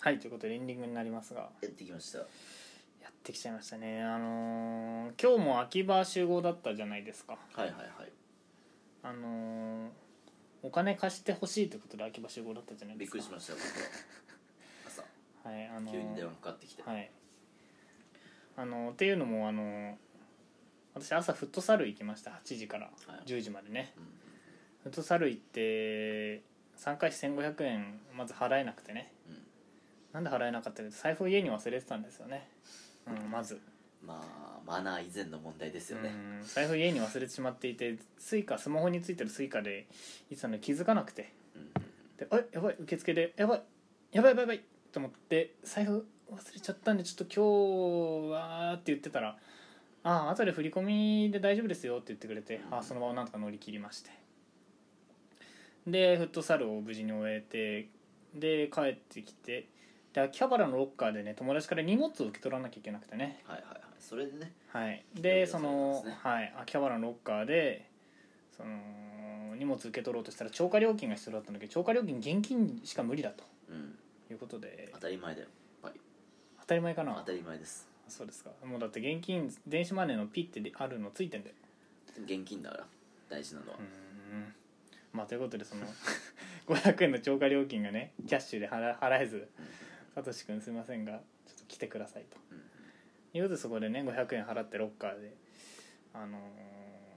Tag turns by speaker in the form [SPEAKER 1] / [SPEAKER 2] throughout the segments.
[SPEAKER 1] はいということでエンディングになりますが
[SPEAKER 2] やってきました
[SPEAKER 1] やってきちゃいましたねあのー今日も秋葉集合だったじゃないですか
[SPEAKER 2] はいはいはい
[SPEAKER 1] あのーお金貸してほしいということで秋葉集合だったじゃないで
[SPEAKER 2] びっ
[SPEAKER 1] す
[SPEAKER 2] く
[SPEAKER 1] か
[SPEAKER 2] りしました僕は朝
[SPEAKER 1] たはいあのー
[SPEAKER 2] 急に電話かかってきて、
[SPEAKER 1] はいあのーっていうのもあのー私朝フットサル行きました8時から
[SPEAKER 2] はい
[SPEAKER 1] 10時までね、
[SPEAKER 2] うん
[SPEAKER 1] フットサル行って3回1500円まず払えなくてね
[SPEAKER 2] うん
[SPEAKER 1] なんで払えなかったけど財布を家に忘れてたんですよねうんまず
[SPEAKER 2] まあマナー以前の問題ですよね、
[SPEAKER 1] うん財布家に忘れてしまっていてスイカスマホについてるスイカでいつなのに気づかなくて
[SPEAKER 2] うんうん
[SPEAKER 1] で「あやばい受付でやばいやばいやばいやばい」と思って「財布忘れちゃったんでちょっと今日は」って言ってたら「ああ後で振り込みで大丈夫ですよ」って言ってくれて、
[SPEAKER 2] うん
[SPEAKER 1] あーその場をなんとか乗り切りましてでフットサルを無事に終えてで帰ってきてで秋葉原のロッカーでね友達から荷物を受け取らなきゃいけなくてね
[SPEAKER 2] はいはいはいそれでね
[SPEAKER 1] はい、
[SPEAKER 2] いろい
[SPEAKER 1] で
[SPEAKER 2] ろ
[SPEAKER 1] そ
[SPEAKER 2] そうで
[SPEAKER 1] の
[SPEAKER 2] すね
[SPEAKER 1] はい、秋葉原のロッカーでその荷物受け取ろうとしたら超過料金が必要だったんだけど超過料金現金しか無理だと
[SPEAKER 2] うん
[SPEAKER 1] いうことで
[SPEAKER 2] 当たり前だよやっぱり
[SPEAKER 1] 当たり前か
[SPEAKER 2] 当
[SPEAKER 1] な
[SPEAKER 2] たり前です
[SPEAKER 1] そうですかもうだって現金電子マネーのピッてであるのついてんだよ
[SPEAKER 2] でも現金だから大事なのは
[SPEAKER 1] うーんまあということでその 500円の超過料金がねキャッシュで払払えず「さとし君すいませんがちょっと来てください」と
[SPEAKER 2] うん
[SPEAKER 1] いうことでそこでね500円払ってロッカーであの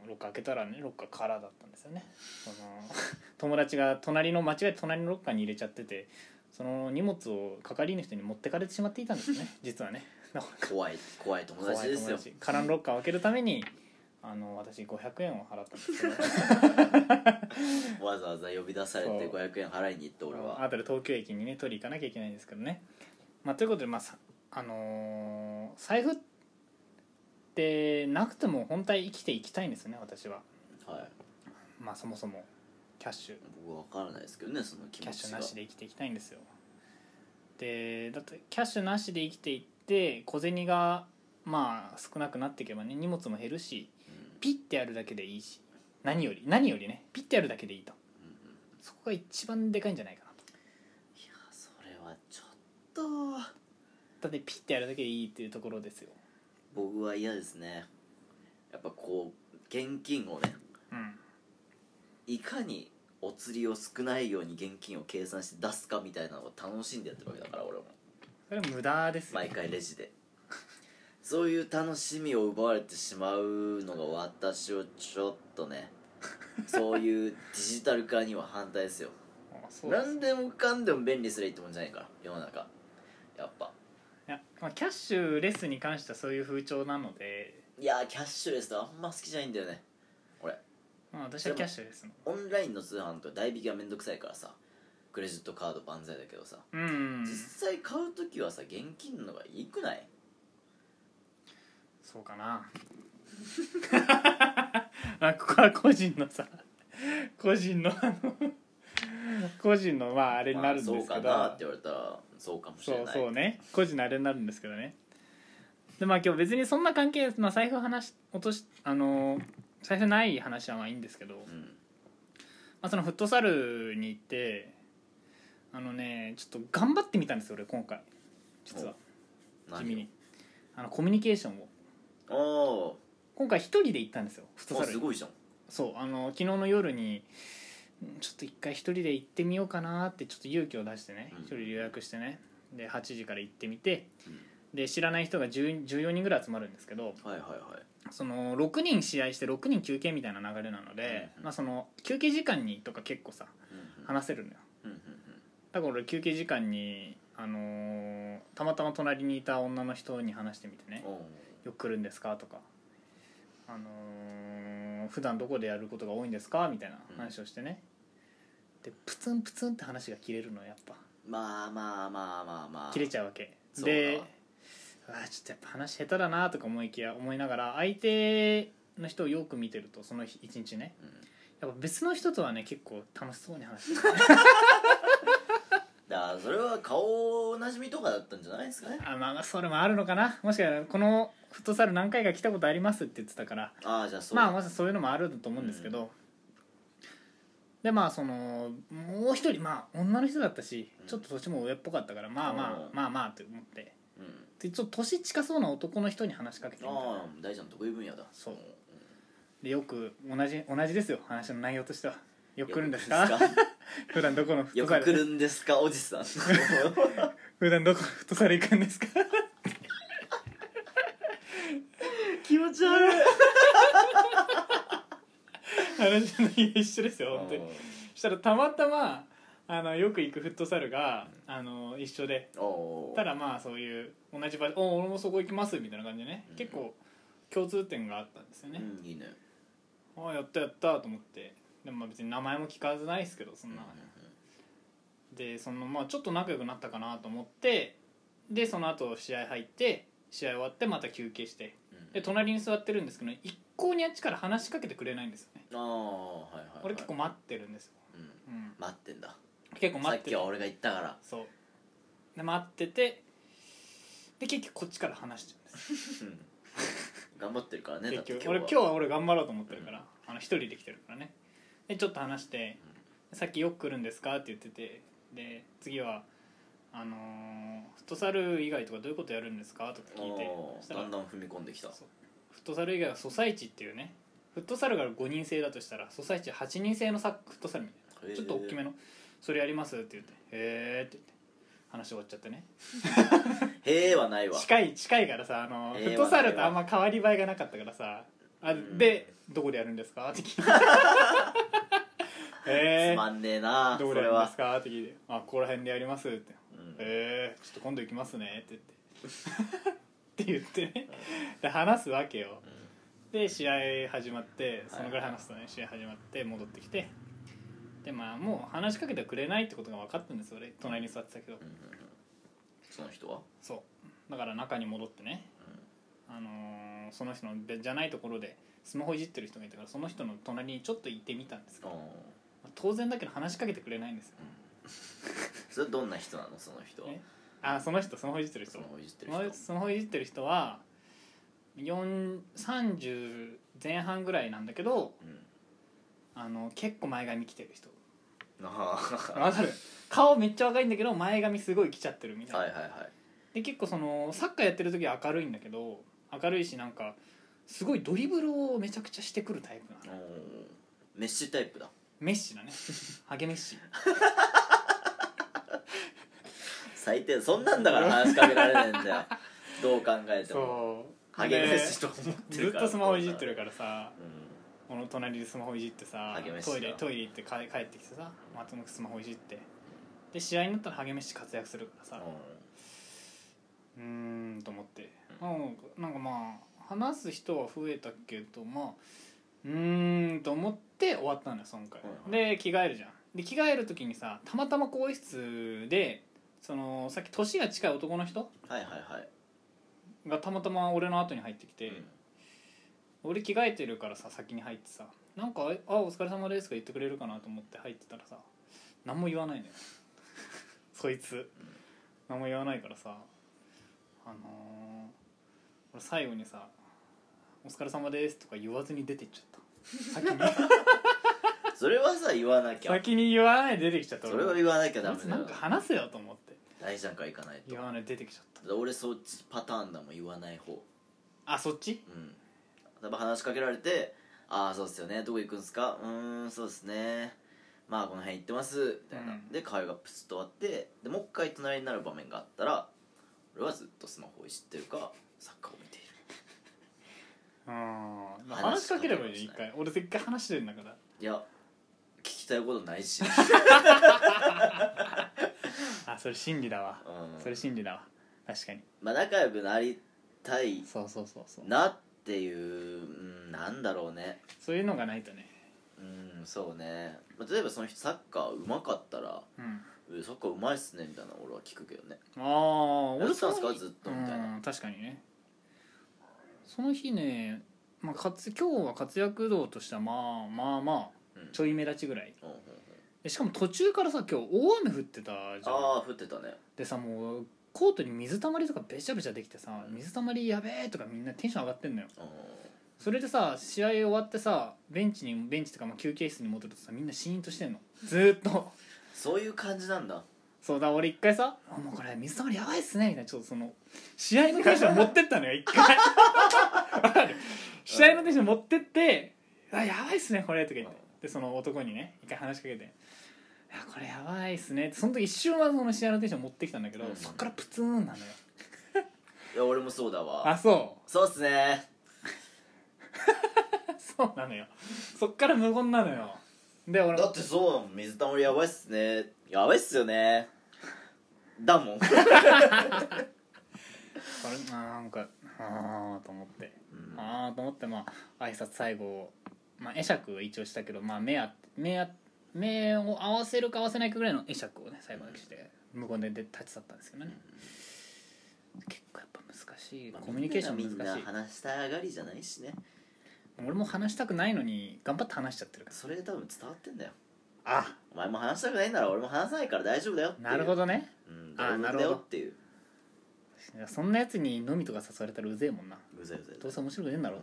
[SPEAKER 1] ーロッカー開けたらねロッカーカラーだったんですよねその 友達が隣の間違えて隣のロッカーに入れちゃっててその荷物を係員の人に持ってかれてしまっていたんです ね実はねだから
[SPEAKER 2] 怖い怖い友
[SPEAKER 1] 怖
[SPEAKER 2] 達
[SPEAKER 1] い
[SPEAKER 2] です
[SPEAKER 1] 友
[SPEAKER 2] よ
[SPEAKER 1] 達空のロッカーを開けるためにあの私500円を払ったんですけど
[SPEAKER 2] わざわざ呼び出されて
[SPEAKER 1] そう
[SPEAKER 2] 500円払いに行って 俺は
[SPEAKER 1] あとで東京駅にね取り行かなきゃいけないんですけどね、まあ、ということで、まあさあのー財布ってなくても本体生きていきたいんですよね私は
[SPEAKER 2] はい
[SPEAKER 1] まあそもそもキャッシュ
[SPEAKER 2] 僕わからないですけどねその気
[SPEAKER 1] キャ
[SPEAKER 2] 持
[SPEAKER 1] ッシ
[SPEAKER 2] ち
[SPEAKER 1] ュ
[SPEAKER 2] が
[SPEAKER 1] なしで生きていきたいんですよでだってキャッシュなしで生きていって小銭がまあ少なくなっていけばね荷物も減るし
[SPEAKER 2] うん
[SPEAKER 1] ピッてやるだけでいいし何より何よりねピッてやるだけでいいと
[SPEAKER 2] うんうん
[SPEAKER 1] そこが一番でかいんじゃないかなと
[SPEAKER 2] いやそれはちょっと
[SPEAKER 1] だってピッてやるだけでいいっていうところですよ
[SPEAKER 2] 僕は嫌ですねやっぱこう現金をね
[SPEAKER 1] うん
[SPEAKER 2] いかにお釣りを少ないように現金を計算して出すかみたいなのを楽しんでやってるわけだから俺も
[SPEAKER 1] それは無駄ですよ
[SPEAKER 2] 毎回レジでそういう楽しみを奪われてしまうのが私をちょっとねそういうデジタル化には反対ですよ
[SPEAKER 1] あそうです
[SPEAKER 2] 何でもかんでも便利すりゃいいってもんじゃないから世の中やっぱ
[SPEAKER 1] いやまあキャッシュレスに関してはそういう風潮なので、
[SPEAKER 2] いやーキャッシュレスってあんま好きじゃないんだよね俺
[SPEAKER 1] まあ、私はキャッシュレスの
[SPEAKER 2] オンラインの通販とか代引きがめんどくさいからさクレジットカード万歳だけどさ、
[SPEAKER 1] うん
[SPEAKER 2] 実際買う時はさ現金の方がいいくない
[SPEAKER 1] そうかな あここは個人のさ個人のあの個人のまああれになるんですけど、
[SPEAKER 2] まあそうかなって言われたらそうかもしれ
[SPEAKER 1] そ
[SPEAKER 2] な
[SPEAKER 1] う
[SPEAKER 2] い
[SPEAKER 1] そうね個人のあれになるんですけどねでまあ今日別にそんな関係、まあ、財布話落としあの財布ない話はまあいいんですけど、
[SPEAKER 2] うん
[SPEAKER 1] まあ、そのフットサルに行ってあのねちょっと頑張ってみたんですよ俺今回実は
[SPEAKER 2] 何
[SPEAKER 1] 地味にあのコミュニケーションを
[SPEAKER 2] あー
[SPEAKER 1] 今回一人で行ったんですよフット
[SPEAKER 2] あ
[SPEAKER 1] サル
[SPEAKER 2] すごいじゃん
[SPEAKER 1] そうあの昨日の夜にんちょっと一回一人で行ってみようかなってちょっと勇気を出してね
[SPEAKER 2] うん
[SPEAKER 1] 一人で予約してねで8時から行ってみて
[SPEAKER 2] うん
[SPEAKER 1] で知らない人が10 14人ぐらい集まるんですけど
[SPEAKER 2] はいはいはい
[SPEAKER 1] その6人試合して6人休憩みたいな流れなので、
[SPEAKER 2] うん
[SPEAKER 1] まあ、その休憩時間にとか結構さ
[SPEAKER 2] うん
[SPEAKER 1] 話せるのよ
[SPEAKER 2] うんうん
[SPEAKER 1] だから俺休憩時間に、あのーたまたま隣にいた女の人に話してみてね
[SPEAKER 2] うんうん
[SPEAKER 1] 「よく来るんですか?」とか「あのー普段どこでやることが多いんですか?」みたいな話をしてね、でプツンプツンって話が切れるのやっぱ
[SPEAKER 2] まあまあまあまあまあ
[SPEAKER 1] 切れちゃうわけ
[SPEAKER 2] そうだ
[SPEAKER 1] でうわちょっとやっぱ話下手だなとか思いきや思いながら相手の人をよく見てるとその日一日ね
[SPEAKER 2] うん
[SPEAKER 1] やっぱ別の人とはね結構楽しそうに話してる
[SPEAKER 2] だからそれは顔なじみとかだったんじゃないですかね
[SPEAKER 1] あまあそれもあるのかなもしかしたらこのフットサル何回か来たことありますって言ってたから
[SPEAKER 2] ああじゃあそう
[SPEAKER 1] まあまずそういうのもあると思うんですけど、でまあそのもう一人まあ女の人だったし
[SPEAKER 2] うん
[SPEAKER 1] ちょっと年も上っぽかったから、まあま
[SPEAKER 2] う
[SPEAKER 1] あ
[SPEAKER 2] ん
[SPEAKER 1] まあまあと思って
[SPEAKER 2] うん
[SPEAKER 1] でちょっと年近そうな男の人に話しかけてみた
[SPEAKER 2] ああ大ちゃん得意分野だ
[SPEAKER 1] そうんでよく同じ同じですよ話の内容としてはよく来るんです
[SPEAKER 2] よ
[SPEAKER 1] か
[SPEAKER 2] く来るんですか
[SPEAKER 1] 普段どこのフッ
[SPEAKER 2] よ
[SPEAKER 1] トサ
[SPEAKER 2] く
[SPEAKER 1] ル
[SPEAKER 2] 来るんですかおじさん
[SPEAKER 1] 普段どこのフットサル行くんですか
[SPEAKER 2] 気持ち悪い
[SPEAKER 1] 話の内容一緒ですよ本当にそしたらたまたまあのよく行くフットサルがあの一緒で
[SPEAKER 2] おお
[SPEAKER 1] ただまあそういう同じ場所「お俺もそこ行きます」みたいな感じでね、
[SPEAKER 2] うん
[SPEAKER 1] 結構共通点があったんですよね、
[SPEAKER 2] うんいいね
[SPEAKER 1] ああやったやったと思ってでもまあ別に名前も聞かずないですけどそんな、でそのまあちょっと仲良くなったかなと思ってでその後試合入って試合終わってまた休憩して
[SPEAKER 2] うんうん
[SPEAKER 1] で隣に座ってるんですけど一向にあっちから話しかけてくれないんですよね
[SPEAKER 2] ああはいはいはい
[SPEAKER 1] 俺結構待ってるんですよ、
[SPEAKER 2] うん
[SPEAKER 1] うん、
[SPEAKER 2] 待ってんだ
[SPEAKER 1] 結構
[SPEAKER 2] さ
[SPEAKER 1] 待っ
[SPEAKER 2] ってき
[SPEAKER 1] て
[SPEAKER 2] は俺が言ったから
[SPEAKER 1] そうで待っててで結局こっちから話しちゃうんです
[SPEAKER 2] うん頑張ってるからねだ
[SPEAKER 1] 結
[SPEAKER 2] っ
[SPEAKER 1] 局
[SPEAKER 2] て今
[SPEAKER 1] 俺今
[SPEAKER 2] 日
[SPEAKER 1] 日
[SPEAKER 2] は
[SPEAKER 1] は俺頑張ろうと思ってるから、あの一人で来てるからねでちょっと話して「さっきよく来るんですか?」って言っててで次は「あのーフットサル以外とかどういうことやるんですか?」とか聞いて
[SPEAKER 2] おー
[SPEAKER 1] そしたら
[SPEAKER 2] だんだん踏み込んできた
[SPEAKER 1] そうフットサル以外はソサイチっていうねフットサルが5人制だとしたらソサイチ8人制のサッフットサルみたいな
[SPEAKER 2] へー
[SPEAKER 1] ちょっと大きめの「それやります」って言って「へえ」って言って話終わっちゃってね
[SPEAKER 2] へえはないわ
[SPEAKER 1] 近い近いからさあの、
[SPEAKER 2] えー
[SPEAKER 1] フットサルとあんま変わり映えがなかったからさあ
[SPEAKER 2] うん
[SPEAKER 1] で「どこでやるんですか?」って 聞いて「え
[SPEAKER 2] つ
[SPEAKER 1] ー
[SPEAKER 2] まんねえな
[SPEAKER 1] ど
[SPEAKER 2] そ
[SPEAKER 1] こでや
[SPEAKER 2] れ
[SPEAKER 1] るんで
[SPEAKER 2] は
[SPEAKER 1] すか?」って聞いて「あここら辺でやります」って
[SPEAKER 2] うん
[SPEAKER 1] 「えー、ちょっと今度行きますね」って言って って言ってねで話すわけよで試合始まってそのぐらい話すとね試合始まって戻ってきてでまあもう話しかけてくれないってことが分かったんです俺隣に座ってたけど
[SPEAKER 2] うんうんうんその人は
[SPEAKER 1] そうだから中に戻ってねあのーその人のべじゃないところでスマホいじってる人がいたからその人の隣にちょっと行ってみたんです
[SPEAKER 2] う
[SPEAKER 1] が
[SPEAKER 2] ん
[SPEAKER 1] ま
[SPEAKER 2] おー
[SPEAKER 1] あ当然だけど話しかけてくれないんですよ
[SPEAKER 2] それどんな人なのその人は
[SPEAKER 1] えあその人スマホいじってる人
[SPEAKER 2] そのいじっ
[SPEAKER 1] ス
[SPEAKER 2] てる
[SPEAKER 1] マホ
[SPEAKER 2] 人
[SPEAKER 1] スマホいじってる人は4 30前半ぐらいなんだけど
[SPEAKER 2] うん
[SPEAKER 1] あの結構前髪来てる人
[SPEAKER 2] なあ
[SPEAKER 1] わかる顔めっちゃ若いんだけど前髪すごい来ちゃってるみたいな、
[SPEAKER 2] はいはいはい
[SPEAKER 1] で結構そのサッカーやってる時は明るいんだけど明るいしなんかすごいドリブルをめちゃくちゃしてくるタイプなの
[SPEAKER 2] おーメッシタイプだ
[SPEAKER 1] メッシだねハゲメッシ
[SPEAKER 2] 最低そんなんだから話しかけられねえ んだよどう考えても
[SPEAKER 1] そう
[SPEAKER 2] ハゲメッシと思って
[SPEAKER 1] ず
[SPEAKER 2] る
[SPEAKER 1] っ
[SPEAKER 2] から
[SPEAKER 1] とスマホいじってるからさ
[SPEAKER 2] う
[SPEAKER 1] こ
[SPEAKER 2] ん
[SPEAKER 1] の隣でスマホいじってさ
[SPEAKER 2] ハゲメッシだ
[SPEAKER 1] トイレトイレ行ってか帰ってきてさまたスマホいじってで試合になったらハゲメッシ活躍するからさうーんと思ってうんなんかまあ話す人は増えたけどまあうーんと思って終わったのよその回、
[SPEAKER 2] はい
[SPEAKER 1] で着替えるじゃんで着替える時にさたまたま更衣室でそのさっき年が近い男の人
[SPEAKER 2] はいはいはい
[SPEAKER 1] がたまたま俺の後に入ってきて、
[SPEAKER 2] うん
[SPEAKER 1] 俺着替えてるからさ先に入ってさなんか「あお疲れ様です」とか言ってくれるかなと思って入ってたらさ何も言わないのよ そいつ何も言わないからさあのー、俺最後にさ「お疲れ様です」とか言わずに出てっちゃった先に
[SPEAKER 2] それはさ言わなきゃ
[SPEAKER 1] 先に言わないで出てきちゃった
[SPEAKER 2] それは言わなきゃダメ
[SPEAKER 1] 俺
[SPEAKER 2] だ
[SPEAKER 1] なん
[SPEAKER 2] よ
[SPEAKER 1] か話せよと思って
[SPEAKER 2] 大事なんか行かないと
[SPEAKER 1] 言わないで出てきちゃった
[SPEAKER 2] 俺そっちパターンだもん言わない方
[SPEAKER 1] あそっち
[SPEAKER 2] うん例えば話しかけられて「ああそうっすよねどこ行くんすかうーんそうっすねまあこの辺行ってます」みたいな、
[SPEAKER 1] うん
[SPEAKER 2] で会話がプツッと終わってでもう一回隣になる場面があったら俺はずっとスマホを知ってるかサッカーを見ている
[SPEAKER 1] うん話
[SPEAKER 2] 話
[SPEAKER 1] し
[SPEAKER 2] し
[SPEAKER 1] か
[SPEAKER 2] か
[SPEAKER 1] け
[SPEAKER 2] け
[SPEAKER 1] れ
[SPEAKER 2] れ
[SPEAKER 1] ば
[SPEAKER 2] ば
[SPEAKER 1] いい
[SPEAKER 2] いい
[SPEAKER 1] 一回俺絶対話してるんだから
[SPEAKER 2] いや聞きたいことな いし、うん、
[SPEAKER 1] あそれ真理だわそれ真理だわ確かに
[SPEAKER 2] まあ仲良くなりたい
[SPEAKER 1] そうそうそうそう
[SPEAKER 2] なっていう、うん、なんだろうね
[SPEAKER 1] そういうのがないとね
[SPEAKER 2] うんそうね、まあ、例えばその人サッカーうまかったら
[SPEAKER 1] うん
[SPEAKER 2] 「うんサッカーうまいっすね」みたいな俺は聞くけどね
[SPEAKER 1] ああ
[SPEAKER 2] 「
[SPEAKER 1] 俺
[SPEAKER 2] やってた
[SPEAKER 1] そ
[SPEAKER 2] んす
[SPEAKER 1] の
[SPEAKER 2] か
[SPEAKER 1] 日
[SPEAKER 2] ずっと」みたいな
[SPEAKER 1] うん確かにねその日ね、まあ、かつ今日は活躍度としてはまあまあま
[SPEAKER 2] うん
[SPEAKER 1] あちょい目立ちぐらい
[SPEAKER 2] うんうんうん
[SPEAKER 1] でしかも途中からさ今日大雨降ってたじゃん
[SPEAKER 2] ああ降ってたね
[SPEAKER 1] でさもうコートに水たまりとかべちゃべちゃできてさ
[SPEAKER 2] うん
[SPEAKER 1] 水たまりやべえとかみんなテンション上がってんのよ
[SPEAKER 2] うん
[SPEAKER 1] それでさ試合終わってさベンチにベンチとかまあ休憩室に戻るとさみんなシーンとしてんのずーっと
[SPEAKER 2] そういう感じなんだ
[SPEAKER 1] そうだ俺一回さ「あもうこれ水溜りやばいっすね」みたいなちょっとその試合のテンション持ってったのよ一 回わかる試合のテンション持ってって「あやばいっすねこれ」とか言ってでその男にね一回話しかけて「いやこれやばいっすね」ってその時一瞬はその試合のテンション持ってきたんだけど、
[SPEAKER 2] うん
[SPEAKER 1] そっからプツーンなのよ
[SPEAKER 2] いや俺もそうだわ
[SPEAKER 1] あそう
[SPEAKER 2] そうっすね
[SPEAKER 1] そうなのよそっから無言なのよで俺
[SPEAKER 2] だってそうだもん水たまりやばいっすねやばいっすよねだ もん
[SPEAKER 1] あれあーなんかああと思って
[SPEAKER 2] うん
[SPEAKER 1] ああと思ってまあ挨拶最後まあ会釈は一応したけどまあ目あ目あ目を合わせるか合わせないかぐらいの会釈をね最後にして無言でで立ち去ったんですけどね結構やっぱ難しい
[SPEAKER 2] まあ
[SPEAKER 1] コミュニケーショ
[SPEAKER 2] みん
[SPEAKER 1] ン
[SPEAKER 2] なが
[SPEAKER 1] 難し
[SPEAKER 2] み
[SPEAKER 1] い
[SPEAKER 2] んな話したい上がりじゃないしね
[SPEAKER 1] 俺も話したくないのに頑張って話しちゃってるから
[SPEAKER 2] それ多分伝わってんだよ
[SPEAKER 1] あ
[SPEAKER 2] お前も話したくないなら俺も話さないから大丈夫だよっていう
[SPEAKER 1] なるほどね
[SPEAKER 2] うん、
[SPEAKER 1] あー
[SPEAKER 2] 大丈夫だよっていう
[SPEAKER 1] いやそんなやつに飲みとか誘われたらうぜえもんな
[SPEAKER 2] うざいうざいう
[SPEAKER 1] ど
[SPEAKER 2] ざ
[SPEAKER 1] う
[SPEAKER 2] い
[SPEAKER 1] せ面白くねえんだろ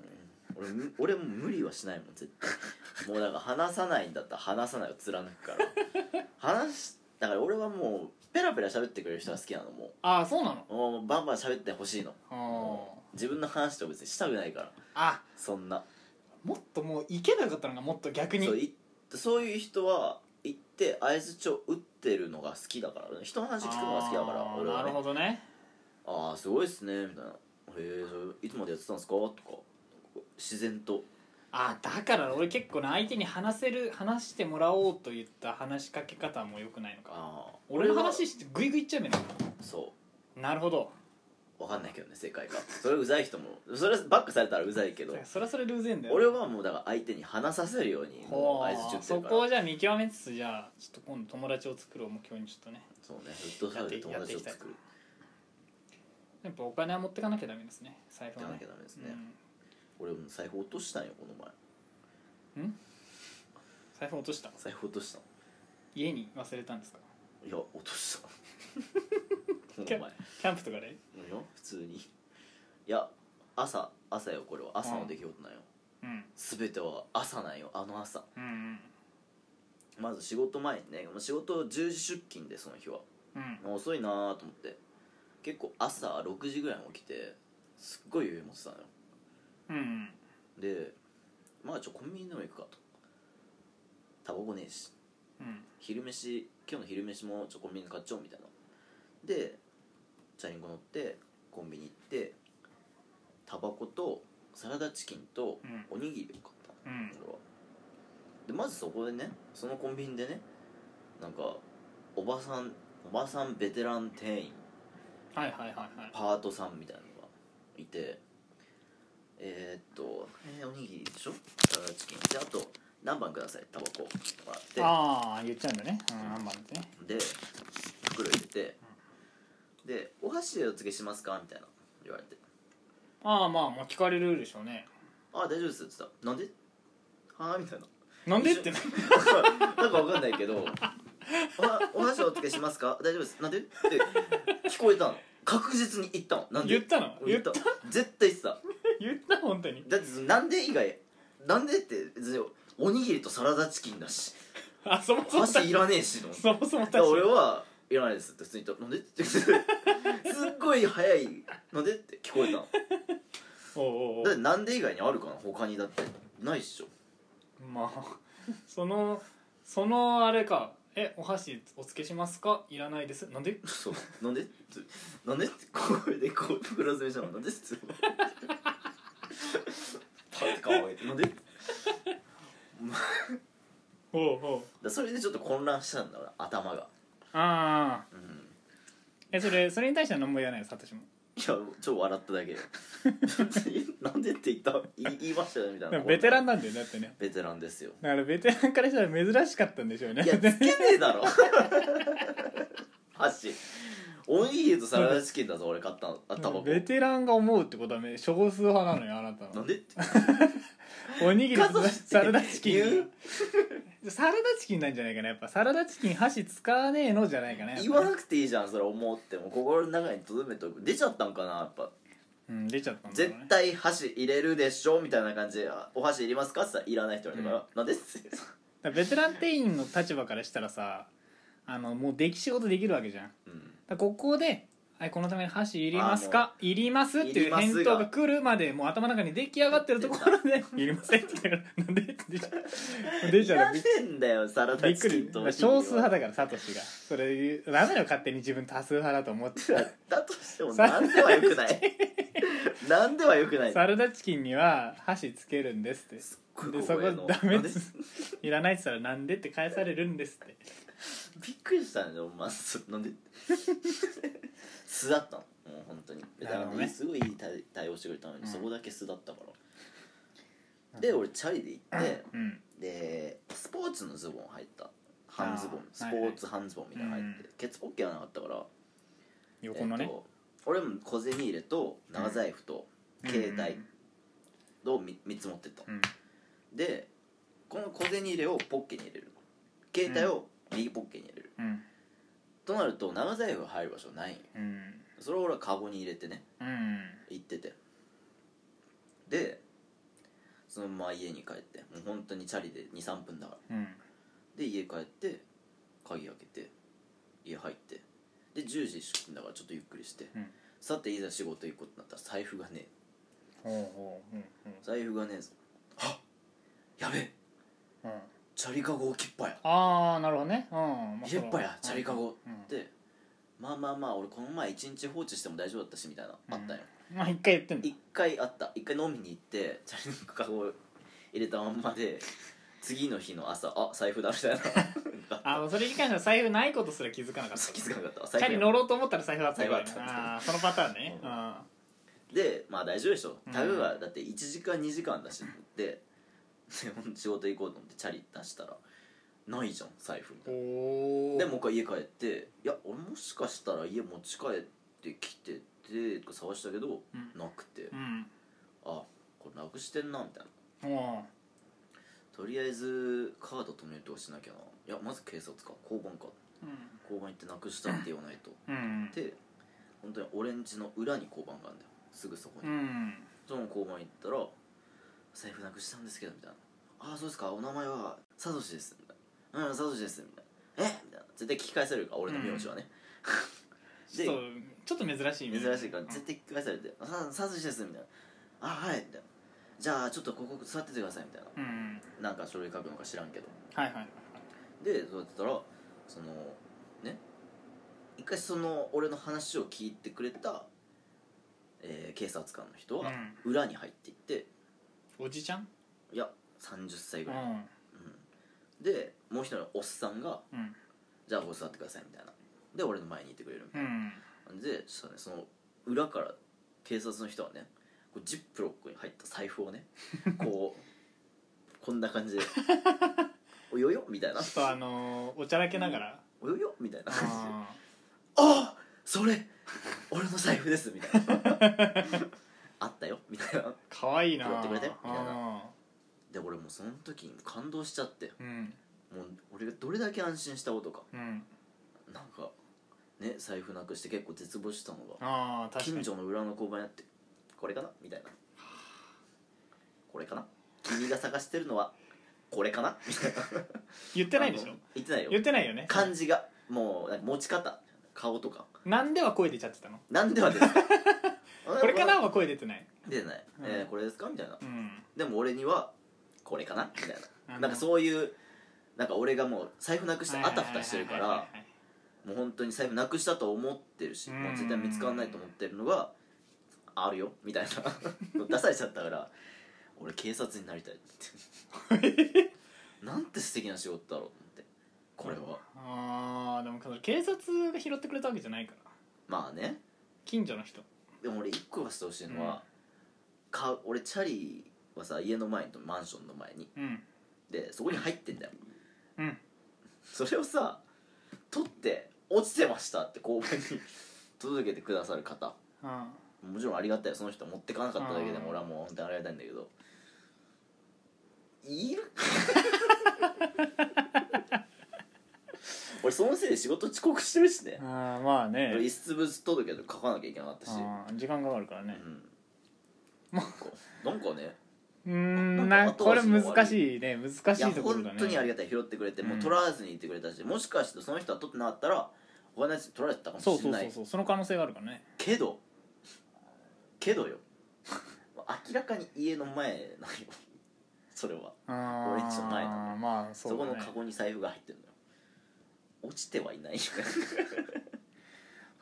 [SPEAKER 2] 俺む俺も無理はしないもん絶対もうだから話さないんだったら話さないを貫く から話しだから俺はもうペラペラ喋ってくれる人が好きなのも
[SPEAKER 1] ああそうなの
[SPEAKER 2] うもうバンバン喋ってほしいの
[SPEAKER 1] あ
[SPEAKER 2] 自分の話とか別にしたくないから
[SPEAKER 1] ーあ
[SPEAKER 2] そんな
[SPEAKER 1] もっともういけばよかったのがもっと逆
[SPEAKER 2] そう
[SPEAKER 1] に
[SPEAKER 2] いそういう人は行って相づちを打ってるのが好きだからね人の話聞くのが好きだから
[SPEAKER 1] あー
[SPEAKER 2] 俺は、ね、
[SPEAKER 1] なるほどね
[SPEAKER 2] ああすごいっすねみたいな「へえそれいつまでやってたんですか?」とか自然と
[SPEAKER 1] あだから俺結構な相手に話せる話してもらおうといった話しかけ方も良くないのか
[SPEAKER 2] ああ
[SPEAKER 1] 俺の
[SPEAKER 2] は
[SPEAKER 1] 話してグイグイいっちゃうめな
[SPEAKER 2] そ
[SPEAKER 1] なるほど
[SPEAKER 2] うわかんないけどね正解がそれうざい人もそれバックされたらうざいけど
[SPEAKER 1] それはそれでうぜえんだよ
[SPEAKER 2] 俺はもうだから相手に話させるようにもう
[SPEAKER 1] ほう
[SPEAKER 2] 相づち打って
[SPEAKER 1] そ
[SPEAKER 2] るから
[SPEAKER 1] こをじゃあ見極めつつじゃあちょっと今度友達を作ろう目標にちょっとね
[SPEAKER 2] そうねフットサルで友達を作る
[SPEAKER 1] やっぱお金は持ってかなきゃダメですね財布は
[SPEAKER 2] やらな
[SPEAKER 1] ね
[SPEAKER 2] きゃダメです
[SPEAKER 1] う
[SPEAKER 2] ね、
[SPEAKER 1] ん
[SPEAKER 2] 俺も財布落としたんよこの前
[SPEAKER 1] 財布落とした
[SPEAKER 2] 財布落としたの
[SPEAKER 1] 家に忘れたんですか
[SPEAKER 2] いや落とした この
[SPEAKER 1] キ
[SPEAKER 2] 前
[SPEAKER 1] ャキャンプとかで
[SPEAKER 2] うんよ普通にいや朝朝よこれは朝の出来事なんよ、
[SPEAKER 1] うん
[SPEAKER 2] 全ては朝なんよあの朝
[SPEAKER 1] うんうん
[SPEAKER 2] まず仕事前にねもう仕事10時出勤でその日は
[SPEAKER 1] うん
[SPEAKER 2] もう遅いなーと思って結構朝6時ぐらいに起きてすっごい余裕持ってたのよ
[SPEAKER 1] うんうん
[SPEAKER 2] でまあちょコンビニでも行くかとタバコねえし
[SPEAKER 1] うん
[SPEAKER 2] 昼飯今日の昼飯もちょコンビニで買っちゃおうみたいなでチャリンコ乗ってコンビニ行ってタバコとサラダチキンと
[SPEAKER 1] うん
[SPEAKER 2] おにぎりを買ったの
[SPEAKER 1] うん
[SPEAKER 2] 俺はでまずそこでねそのコンビニでねなんかおばさんおばさんベテラン店員
[SPEAKER 1] はいはいはいはい
[SPEAKER 2] パートさんみたいなのがいてえー、っと、えーおにぎりでしょサラダチキンであと何番くださいタバコもらって
[SPEAKER 1] ああ言っちゃうんだねうん何番ってね
[SPEAKER 2] で袋入れてで「お箸でお付けしますか?」みたいな言われて
[SPEAKER 1] ああまあまあ聞かれるでしょうね
[SPEAKER 2] 「ああ大丈夫です」って言ったら「なんで?」はあみたいな
[SPEAKER 1] なんでってね
[SPEAKER 2] なんかわかんない けど「おはお箸でお付けしますか大丈夫ですなんで?」って聞こえたの確実に言ったのなんで
[SPEAKER 1] 言ったの
[SPEAKER 2] 俺
[SPEAKER 1] 言っ
[SPEAKER 2] 言
[SPEAKER 1] た
[SPEAKER 2] った絶対言ってた
[SPEAKER 1] 言った本当に
[SPEAKER 2] だってそのなんで以外なんでって別におにぎりとサラダチキンだし
[SPEAKER 1] あそもそも
[SPEAKER 2] 箸いらねえし の
[SPEAKER 1] そもそも確
[SPEAKER 2] だから
[SPEAKER 1] か
[SPEAKER 2] 俺
[SPEAKER 1] に
[SPEAKER 2] はいらないですって普通に言ったらなんでって言ってすっごい早いなんでって聞こえたの
[SPEAKER 1] おうおう
[SPEAKER 2] だ
[SPEAKER 1] お
[SPEAKER 2] っ
[SPEAKER 1] う
[SPEAKER 2] てなんで以外にあるかな他にだってないっしょ
[SPEAKER 1] まあそのそのあれかえお箸お付けしますかいらないですなんで
[SPEAKER 2] そうなんでってなんでって声でこう袋詰めしたのなんでってパッて顔上げてなんでだか
[SPEAKER 1] おうおう
[SPEAKER 2] らそれでちょっと混乱したんだ俺頭が
[SPEAKER 1] ああ
[SPEAKER 2] うん
[SPEAKER 1] えそれそれに対しては何も言わないよサトシも
[SPEAKER 2] いや超笑っ ただけなんでって言った言い言いましたよねみたい
[SPEAKER 1] で
[SPEAKER 2] な
[SPEAKER 1] もベテランなんだよだってね
[SPEAKER 2] ベテランですよ
[SPEAKER 1] だからベテランからしたら珍しかったんでしょうね
[SPEAKER 2] いやつけねえだろ 箸おにぎりとサラダチキンだぞ俺買ったのあタバ コ
[SPEAKER 1] ベテランが思うってことはめ少数派なのよあなた
[SPEAKER 2] な
[SPEAKER 1] の
[SPEAKER 2] んでって
[SPEAKER 1] おにぎりと
[SPEAKER 2] 数して
[SPEAKER 1] サラダチキン
[SPEAKER 2] 言う
[SPEAKER 1] サラダチキンなんじゃないかなやっぱサラダチキン箸使わねえのじゃないかなやっぱ
[SPEAKER 2] 言わなくていいじゃんそれ思っても心の中に留めとく出ちゃったんかなやっぱ
[SPEAKER 1] うん、出ちゃったんだろう
[SPEAKER 2] 絶
[SPEAKER 1] ね
[SPEAKER 2] 対箸入れるでしょみたいな感じであ「お箸いりますか?」って言ったら「いらない」って言われたから「なんで?」って
[SPEAKER 1] だからベテラン店員の立場からしたらさあのもうでき仕事できるわけじゃんだか
[SPEAKER 2] うん
[SPEAKER 1] らここで「はいこのために箸いりますか?」「いります」っていう返
[SPEAKER 2] いります
[SPEAKER 1] 答
[SPEAKER 2] が
[SPEAKER 1] が来るまでもう頭の中に出来上がってるところ で「いりません」って言ったから「なんで?」って出ちゃう出
[SPEAKER 2] い
[SPEAKER 1] ちゃ
[SPEAKER 2] ら
[SPEAKER 1] う
[SPEAKER 2] ね
[SPEAKER 1] びっ
[SPEAKER 2] えんだよサラ
[SPEAKER 1] び
[SPEAKER 2] ダ
[SPEAKER 1] っく
[SPEAKER 2] チキ
[SPEAKER 1] り
[SPEAKER 2] ンとおにぎりは
[SPEAKER 1] だ少数派だからサトシがそれ言うダメだよ勝手に自分多数派だと思ってた
[SPEAKER 2] だとしてもなんではよくないなんではよくない
[SPEAKER 1] サラダチキンには箸つけるんですって
[SPEAKER 2] すっごい
[SPEAKER 1] で
[SPEAKER 2] 小
[SPEAKER 1] そこ
[SPEAKER 2] 声の
[SPEAKER 1] ダメ
[SPEAKER 2] なん
[SPEAKER 1] で
[SPEAKER 2] です
[SPEAKER 1] いらないって言ったらなんでって返されるんですって
[SPEAKER 2] びっくりしたねお前なんで 素だったのもう本当にだ
[SPEAKER 1] な
[SPEAKER 2] か
[SPEAKER 1] る
[SPEAKER 2] ら
[SPEAKER 1] ほどね
[SPEAKER 2] ねすごいいい対対応してくれたのに、
[SPEAKER 1] うん
[SPEAKER 2] そこだけ素だったからで俺チャリで行って
[SPEAKER 1] うん
[SPEAKER 2] でスポーツのズボン入った半ズボ
[SPEAKER 1] あ
[SPEAKER 2] ン
[SPEAKER 1] ー
[SPEAKER 2] スポーツ半ズボンみたいなの入って、
[SPEAKER 1] う
[SPEAKER 2] ケツポッケはなかったから
[SPEAKER 1] 横のね、
[SPEAKER 2] えっと俺も小銭入れと長財布と携帯を3つ持ってったの、
[SPEAKER 1] うん
[SPEAKER 2] でこの小銭入れをポッケに入れるの携帯を右ポッケに入れる、
[SPEAKER 1] うん
[SPEAKER 2] となると長財布入る場所ないんよ
[SPEAKER 1] うん
[SPEAKER 2] それを俺はカゴに入れてね
[SPEAKER 1] うん
[SPEAKER 2] 行っててでそのまま家に帰ってもう本当にチャリで23分だから
[SPEAKER 1] うん
[SPEAKER 2] で家帰って鍵開けて家入ってで10時出勤だからちょっとゆっくりして、
[SPEAKER 1] うん
[SPEAKER 2] さていざ仕事行こうってなったら財布がね
[SPEAKER 1] ほ
[SPEAKER 2] え
[SPEAKER 1] うほううん
[SPEAKER 2] 財布がねえぞはっやべえ
[SPEAKER 1] うんうん
[SPEAKER 2] チャリカゴ置きっぱや
[SPEAKER 1] ああなるほどねうんまあ
[SPEAKER 2] 入れっぱやチャリカ
[SPEAKER 1] ゴ
[SPEAKER 2] ゴ
[SPEAKER 1] うん
[SPEAKER 2] でまあまあまあ俺この前一日放置しても大丈夫だったしみたいなあったよ
[SPEAKER 1] まあ一回言ってんだ
[SPEAKER 2] 一回あった一回飲みに行ってチャリカゴ入れたまんまで次の日の朝あ財布だみたい な
[SPEAKER 1] あもうそれに関しては財布ないことすら気づかなかった
[SPEAKER 2] 気づかなかった
[SPEAKER 1] チ
[SPEAKER 2] 財布
[SPEAKER 1] ャリ乗ろうと思ったら財布あったぐらい
[SPEAKER 2] 財布あった
[SPEAKER 1] ああーそのパターンね
[SPEAKER 2] う
[SPEAKER 1] うんん
[SPEAKER 2] でまあ大丈夫でしょ
[SPEAKER 1] うん
[SPEAKER 2] タグがだって1時間2時間だしってでほんと仕事行こうと思ってチャリ出したらないじゃん財布
[SPEAKER 1] おお
[SPEAKER 2] でもう一回家帰っていや俺もしかしたら家持ち帰ってきててとか探したけど
[SPEAKER 1] うん
[SPEAKER 2] なくて
[SPEAKER 1] うん
[SPEAKER 2] あこれなくしてんなみたいな
[SPEAKER 1] おー
[SPEAKER 2] とりあえずカード止めるとかしなきゃないやまず警察か交番か
[SPEAKER 1] うん
[SPEAKER 2] 交番行ってなくしたって言わないと
[SPEAKER 1] うん
[SPEAKER 2] で本当にオレンジの裏に交番があるんだよすぐそこに
[SPEAKER 1] うん
[SPEAKER 2] その交番行ったら「財布なくしたんですけど」みたいな「ああそうですかお名前はサトシです」みたいな「うんサトシです」みたいな「えみたいな絶対聞き返されるから俺の名字はね、で
[SPEAKER 1] ちょっとちょっと珍しいね
[SPEAKER 2] 珍しいから
[SPEAKER 1] うん
[SPEAKER 2] 絶対聞き返されて「あササトシです」みたいな「あはい」みたいな「じゃあちょっとここ座っててください」みたいな
[SPEAKER 1] うん
[SPEAKER 2] なんか書類書くのか知らんけど
[SPEAKER 1] はいはい
[SPEAKER 2] でそうやってたらそのね一回その俺の話を聞いてくれた、えー警察官の人は
[SPEAKER 1] うん
[SPEAKER 2] 裏に入っていって、
[SPEAKER 1] おじちゃん
[SPEAKER 2] いや30歳
[SPEAKER 1] う
[SPEAKER 2] ぐらい、
[SPEAKER 1] ん
[SPEAKER 2] うんでもう一人のおっさんが
[SPEAKER 1] うん
[SPEAKER 2] 「じゃあここ座ってください」みたいなで俺の前にいてくれるみた
[SPEAKER 1] う
[SPEAKER 2] い
[SPEAKER 1] ん
[SPEAKER 2] なでそしたらねその裏から警察の人はねこうジップロックに入った財布 をねこうこんな感じで「およよ」みたいな
[SPEAKER 1] ちょっとあのーおちゃらけなが ら
[SPEAKER 2] 「およよ」みたいな感じで
[SPEAKER 1] あ
[SPEAKER 2] 「あそれ俺の財布です」みたいな 「あったよ」みたいな
[SPEAKER 1] ーかわいいな
[SPEAKER 2] 拾ってくれたよみたいな
[SPEAKER 1] あ
[SPEAKER 2] で俺もうその時に感動しちゃって
[SPEAKER 1] ーうん
[SPEAKER 2] もう俺がどれだけ安心したことか
[SPEAKER 1] うん
[SPEAKER 2] なんかね財布なくして結構絶望したのが
[SPEAKER 1] ああ確か
[SPEAKER 2] 近
[SPEAKER 1] に
[SPEAKER 2] 所の裏の交番にあってこれかなみたいなこれかな君が探してるのはこれかなみたいな
[SPEAKER 1] 言ってないでしょ
[SPEAKER 2] あの言ってない
[SPEAKER 1] 言
[SPEAKER 2] よ
[SPEAKER 1] ってないよね
[SPEAKER 2] 漢字がもうなんか持ち方顔とか
[SPEAKER 1] なんでは声出ちゃってたの
[SPEAKER 2] なんではですか
[SPEAKER 1] これかなは声出てない
[SPEAKER 2] 出てない、
[SPEAKER 1] うん
[SPEAKER 2] えーこれですかみたいな
[SPEAKER 1] うん
[SPEAKER 2] でも俺にはこれかなみたい
[SPEAKER 1] あ
[SPEAKER 2] な
[SPEAKER 1] の
[SPEAKER 2] なんかそういうなんか俺がもう財布なくしてあたふたしてるか
[SPEAKER 1] はいはい
[SPEAKER 2] ら
[SPEAKER 1] はいはい
[SPEAKER 2] もう本当に財布なくしたと思ってるし
[SPEAKER 1] うん
[SPEAKER 2] もう絶対見つからないと思ってるのがあるよみたいな 出されちゃったから俺警察になりたいってなんて素敵な仕事だろうと思ってこれは
[SPEAKER 1] ああでも警察が拾ってくれたわけじゃないから
[SPEAKER 2] まあね
[SPEAKER 1] 近所の人
[SPEAKER 2] でも俺一個はしてほしいの
[SPEAKER 1] うん
[SPEAKER 2] は、か俺チャリはさ家の前とマンションの前に
[SPEAKER 1] うん
[SPEAKER 2] でそこに入ってんだよ
[SPEAKER 1] うん
[SPEAKER 2] それをさ取って落ちてましたって交番に届けてくださる方
[SPEAKER 1] あ
[SPEAKER 2] もちろんありがたいよその人持ってかなかっただけで
[SPEAKER 1] う
[SPEAKER 2] も
[SPEAKER 1] ん
[SPEAKER 2] 俺はもう本当にありがたいんだけどいる 俺そのせいで仕事遅刻してるしね
[SPEAKER 1] あまあ
[SPEAKER 2] 俺
[SPEAKER 1] ね
[SPEAKER 2] 遺失物届けとか書かなきゃいけなかったし、
[SPEAKER 1] あー時間がかかるから
[SPEAKER 2] う
[SPEAKER 1] ね
[SPEAKER 2] ん、なんかなんかね
[SPEAKER 1] うーんな
[SPEAKER 2] な
[SPEAKER 1] ん
[SPEAKER 2] か
[SPEAKER 1] んかこれ
[SPEAKER 2] 後味も悪い
[SPEAKER 1] 難しいね難し
[SPEAKER 2] いや
[SPEAKER 1] いところ
[SPEAKER 2] 本
[SPEAKER 1] だね
[SPEAKER 2] 当にありがたい拾ってくれて、もう取らずに言ってくれたしもしかしてその人は取ってなかったら他のやつ取られてたかもし
[SPEAKER 1] そう
[SPEAKER 2] れ
[SPEAKER 1] そう
[SPEAKER 2] ない
[SPEAKER 1] そうそうその可能性があるからね
[SPEAKER 2] けどけどよ明らかに家の前なんよそれは
[SPEAKER 1] あ
[SPEAKER 2] 俺んちの前な
[SPEAKER 1] あまあ
[SPEAKER 2] そ,、
[SPEAKER 1] そう
[SPEAKER 2] こ
[SPEAKER 1] だ
[SPEAKER 2] の
[SPEAKER 1] ね
[SPEAKER 2] カゴに財布が入ってるのよ落ちてはいないよ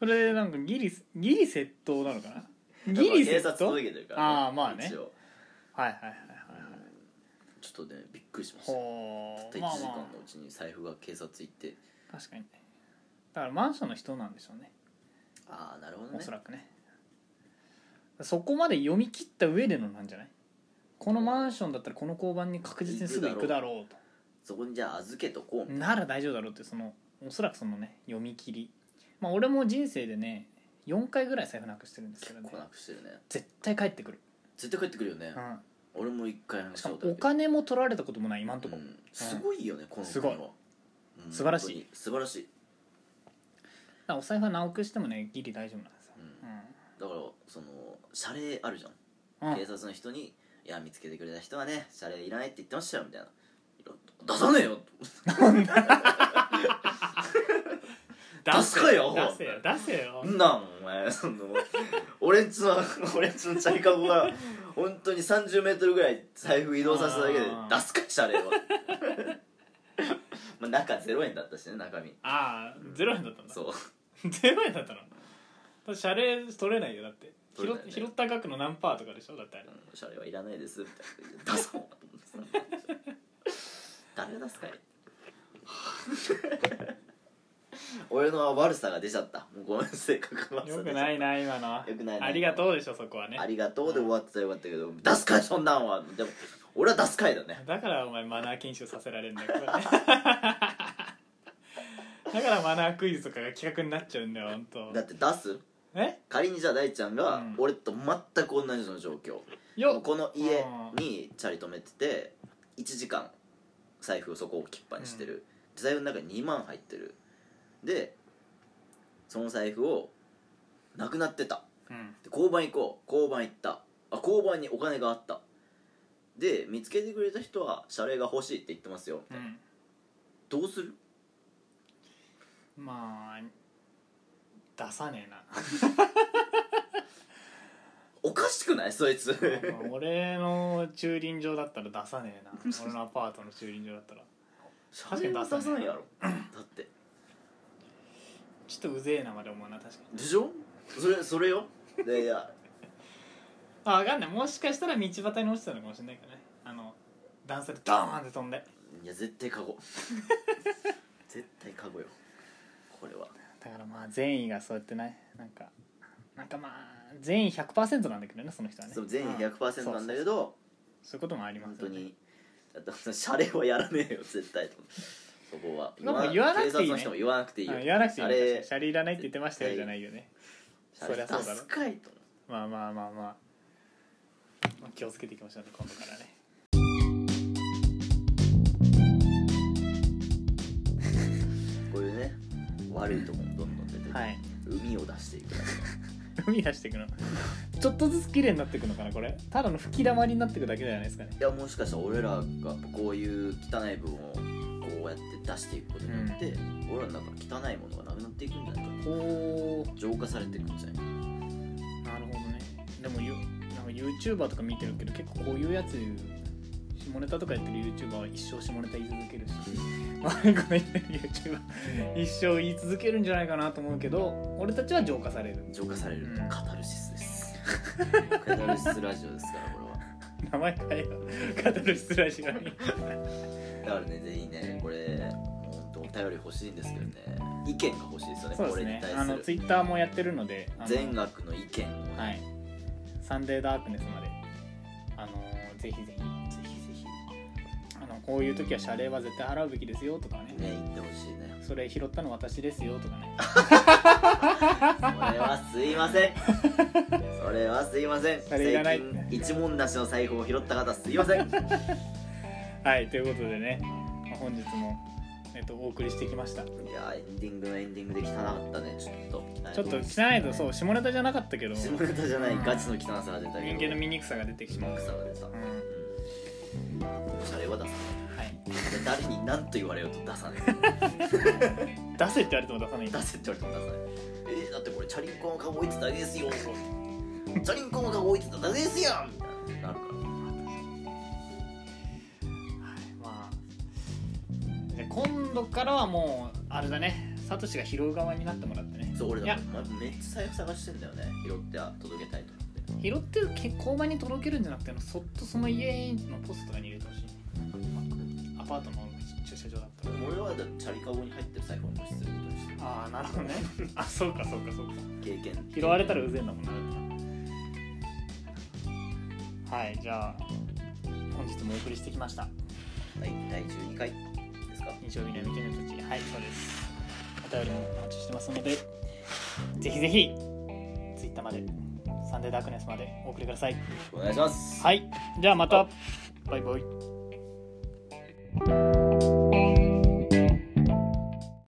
[SPEAKER 1] これなんかギリギリ窃盗なのかなギ
[SPEAKER 2] だから
[SPEAKER 1] リ
[SPEAKER 2] 警
[SPEAKER 1] 窃
[SPEAKER 2] 察
[SPEAKER 1] 盗は
[SPEAKER 2] 届
[SPEAKER 1] い
[SPEAKER 2] けてるから、
[SPEAKER 1] あーまあね
[SPEAKER 2] 一応
[SPEAKER 1] はいはいはいはい
[SPEAKER 2] ちょっとねびっくりしましたよ
[SPEAKER 1] ほ
[SPEAKER 2] た
[SPEAKER 1] う
[SPEAKER 2] った
[SPEAKER 1] ま
[SPEAKER 2] 1
[SPEAKER 1] あ
[SPEAKER 2] 時間
[SPEAKER 1] ま
[SPEAKER 2] のうちに財布が警察行って
[SPEAKER 1] あ確かにねだからマンションの人なんでしょうね
[SPEAKER 2] ああなるほど
[SPEAKER 1] お
[SPEAKER 2] ね
[SPEAKER 1] そらくねそこまで読み切った上でのなんじゃないこのマンションだったらこの交番に確実にすぐ行くだろう
[SPEAKER 2] そこにじゃあ預けとこう
[SPEAKER 1] となら大丈夫だろうってそのおそらくそのね読み切りまあ俺も人生でね4回ぐらい財布なくしてるんですけど
[SPEAKER 2] 結
[SPEAKER 1] ね
[SPEAKER 2] 構なくしてるね
[SPEAKER 1] 絶対帰ってくる、
[SPEAKER 2] 絶対帰ってくるよね
[SPEAKER 1] う、ん、
[SPEAKER 2] 俺も一回話
[SPEAKER 1] し
[SPEAKER 2] し
[SPEAKER 1] か
[SPEAKER 2] た
[SPEAKER 1] も
[SPEAKER 2] ことあ
[SPEAKER 1] お
[SPEAKER 2] るけど
[SPEAKER 1] 金も取られたこともない今んとこ、
[SPEAKER 2] うんすごいよね、この
[SPEAKER 1] すごい
[SPEAKER 2] 国はうん
[SPEAKER 1] 素晴らしい
[SPEAKER 2] 本当に素晴らしい、
[SPEAKER 1] だからお財布は直くしてもねギリ大丈夫なんですよ、
[SPEAKER 2] うん
[SPEAKER 1] う
[SPEAKER 2] だからその謝礼あるじゃん、
[SPEAKER 1] んうん
[SPEAKER 2] 警察の人に「いや見つけてくれた人はね謝礼いらないって言ってましたよ」みたいな「出さねえよ」出すかよ
[SPEAKER 1] 出せよ出せよ
[SPEAKER 2] んなんお 前その俺んちの俺んちのチャリカゴが本当に3 0ルぐらい財布移動させただけで
[SPEAKER 1] あー
[SPEAKER 2] 出すかしゃれよ まあ中0円だったしね中身
[SPEAKER 1] ああゼロ円だったんだ
[SPEAKER 2] そう
[SPEAKER 1] ゼロ円だったのだって謝礼取れないよだって拾,、
[SPEAKER 2] 取れないね
[SPEAKER 1] 拾った額の何パーとかでしょだってあれ
[SPEAKER 2] 「謝礼はいらないです」みたいな「出そう」と思ってさ誰出すかい俺の悪さが出ちゃったもうごめん性格の悪さ
[SPEAKER 1] よく
[SPEAKER 2] 出ちゃった
[SPEAKER 1] ないな今のは
[SPEAKER 2] よくないな
[SPEAKER 1] ありがとうでしょそこはね
[SPEAKER 2] ありがとうで終わってたらよかったけど「出すかいそんなんは」でも俺は出すかいだね
[SPEAKER 1] だからお前マナー研修させられるんだよこれだからマナークイズとかが企画になっちゃうんだよ本当
[SPEAKER 2] だって出す
[SPEAKER 1] え
[SPEAKER 2] 仮にじゃあ大ちゃんが
[SPEAKER 1] うん
[SPEAKER 2] 俺と全く同じの状況、
[SPEAKER 1] よっ
[SPEAKER 2] この家にチャリ止めてて1時間財布をそこを置きっぱにしてる、財布の中に2万入ってるでその財布をなくなってた
[SPEAKER 1] うん
[SPEAKER 2] で交番行こう交番行ったあ交番にお金があったで見つけてくれた人は謝礼が欲しいって言ってますよ
[SPEAKER 1] うん
[SPEAKER 2] どうする
[SPEAKER 1] まあ出さねえな
[SPEAKER 2] おかしくないそいつ
[SPEAKER 1] あの俺の駐輪場だったら出さねえな俺のアパートの駐輪場だったら
[SPEAKER 2] 謝礼は出さないやろだって
[SPEAKER 1] ちょっとうぜえなまで思うな確かに
[SPEAKER 2] でしょそれそれよでいや
[SPEAKER 1] あ分かんないもしかしたら道端に落ちてたのかもしれないからねあの段差でドーンって飛んで
[SPEAKER 2] いや絶対カ ゴ絶対カゴよこれは
[SPEAKER 1] だからまあ善意がそうやってないなんかなんかまあ善意100%なんだけどねその人はね
[SPEAKER 2] その全員
[SPEAKER 1] うん
[SPEAKER 2] 100%なんだけ
[SPEAKER 1] そうそうそう
[SPEAKER 2] ど
[SPEAKER 1] そういうこともありま
[SPEAKER 2] 本
[SPEAKER 1] す
[SPEAKER 2] 当
[SPEAKER 1] よね
[SPEAKER 2] にだってその謝礼はやらねえよ絶対とそこは
[SPEAKER 1] でも言わなくていいね
[SPEAKER 2] 警察の人も言わなくていいよ
[SPEAKER 1] あ言わなくていい
[SPEAKER 2] あ
[SPEAKER 1] ね確か
[SPEAKER 2] れ
[SPEAKER 1] にシャリいらないって言ってましたよじゃないよね
[SPEAKER 2] 謝
[SPEAKER 1] そり
[SPEAKER 2] 礼
[SPEAKER 1] ゃそう
[SPEAKER 2] 出
[SPEAKER 1] だろ
[SPEAKER 2] すかいと
[SPEAKER 1] まあまあまあまあ、まあ、気をつけていきましょうね今度からね
[SPEAKER 2] こういうね悪いとこもどんどん出 て
[SPEAKER 1] はい
[SPEAKER 2] 海を出していくだけ
[SPEAKER 1] 海出していくのちょっとずつ綺麗になっていくのかなこれただの吹き溜まりになっていくだけじゃないですかね
[SPEAKER 2] いやもしかしたら俺らがこういう汚い部分をこうやって出していくことによって、俺らの中汚いものがなくなっていくんじゃないか
[SPEAKER 1] おお
[SPEAKER 2] 浄化されていくんじゃないか
[SPEAKER 1] なるほどねでもゆなんか YouTuber とか見てるけど結構こういうやつ下ネタとかやってる YouTuber は一生下ネタ言い続けるし悪いこと言ってる YouTuber 一生言い続けるんじゃないかなと思うけど俺たちは浄化される
[SPEAKER 2] 浄化される、
[SPEAKER 1] うん
[SPEAKER 2] カタルシスです カタルシスラジオですからこ
[SPEAKER 1] 名前変えようカタルシスラジオに
[SPEAKER 2] れはだからねぜひねこれ本当お便り欲しいんですけどね意見が欲しいですよね
[SPEAKER 1] そうで
[SPEAKER 2] こ
[SPEAKER 1] す
[SPEAKER 2] れに
[SPEAKER 1] ね
[SPEAKER 2] 対
[SPEAKER 1] あの
[SPEAKER 2] する
[SPEAKER 1] Twitter もやってるのであの
[SPEAKER 2] 全額の意見をね、
[SPEAKER 1] はいサンデーダークネスまであのぜひぜひ
[SPEAKER 2] ぜひぜ
[SPEAKER 1] あのこういう時は謝礼は絶対払うべきですよとかね
[SPEAKER 2] ひね言ってほしいね
[SPEAKER 1] それ拾ったの私ですよとかね
[SPEAKER 2] それはすいませ んそれはすいません
[SPEAKER 1] それいらない
[SPEAKER 2] 最近一文なしの財布を拾った方すいません
[SPEAKER 1] はいということでねまあ本日もえっと、お送りしてきました
[SPEAKER 2] いやーエンディングのエンディングで汚かったねちょっと
[SPEAKER 1] ちょっと汚いとそう下ネタじゃなかったけど
[SPEAKER 2] 下
[SPEAKER 1] 人
[SPEAKER 2] ネタじゃないガチの汚さが出たけど
[SPEAKER 1] 間の醜さが出てきてしまう、
[SPEAKER 2] 汚さが出た
[SPEAKER 1] う
[SPEAKER 2] うんんおしゃれは出さな
[SPEAKER 1] は
[SPEAKER 2] い
[SPEAKER 1] い、
[SPEAKER 2] 誰に何と言われようと出さない
[SPEAKER 1] 出せって言われても出さない
[SPEAKER 2] 出せって言われても出さないえだってこれチャリンコのカゴ置いてただけですよチャリンコのカゴ置いてただけですよみたいななるから
[SPEAKER 1] まあで今度からはもうあれだねサトシが拾う側になってもらってね
[SPEAKER 2] そう俺
[SPEAKER 1] い
[SPEAKER 2] だ
[SPEAKER 1] や
[SPEAKER 2] からお前めっちゃ財布探してんだよね拾っては届けたいと思って
[SPEAKER 1] 拾ってけ交番に届けるんじゃなくてそっとその家のポストとかに入れてほしいアパートの駐車場だったら
[SPEAKER 2] 俺はだってチャリカゴに入ってる財布を持ちすることにして
[SPEAKER 1] ああなるほどね あそうかそうかそうか
[SPEAKER 2] 経験
[SPEAKER 1] 拾われたらうぜえんだもんなはいじゃあ本日もお送りしてきました
[SPEAKER 2] 第第12回ですか
[SPEAKER 1] 日曜日の闇金の土地はいそうですお便りもお待ちしてますのでぜひぜひツイッターまでサンデーダークネスまでお送りください
[SPEAKER 2] お願いします
[SPEAKER 1] はいじゃあまたバイバイ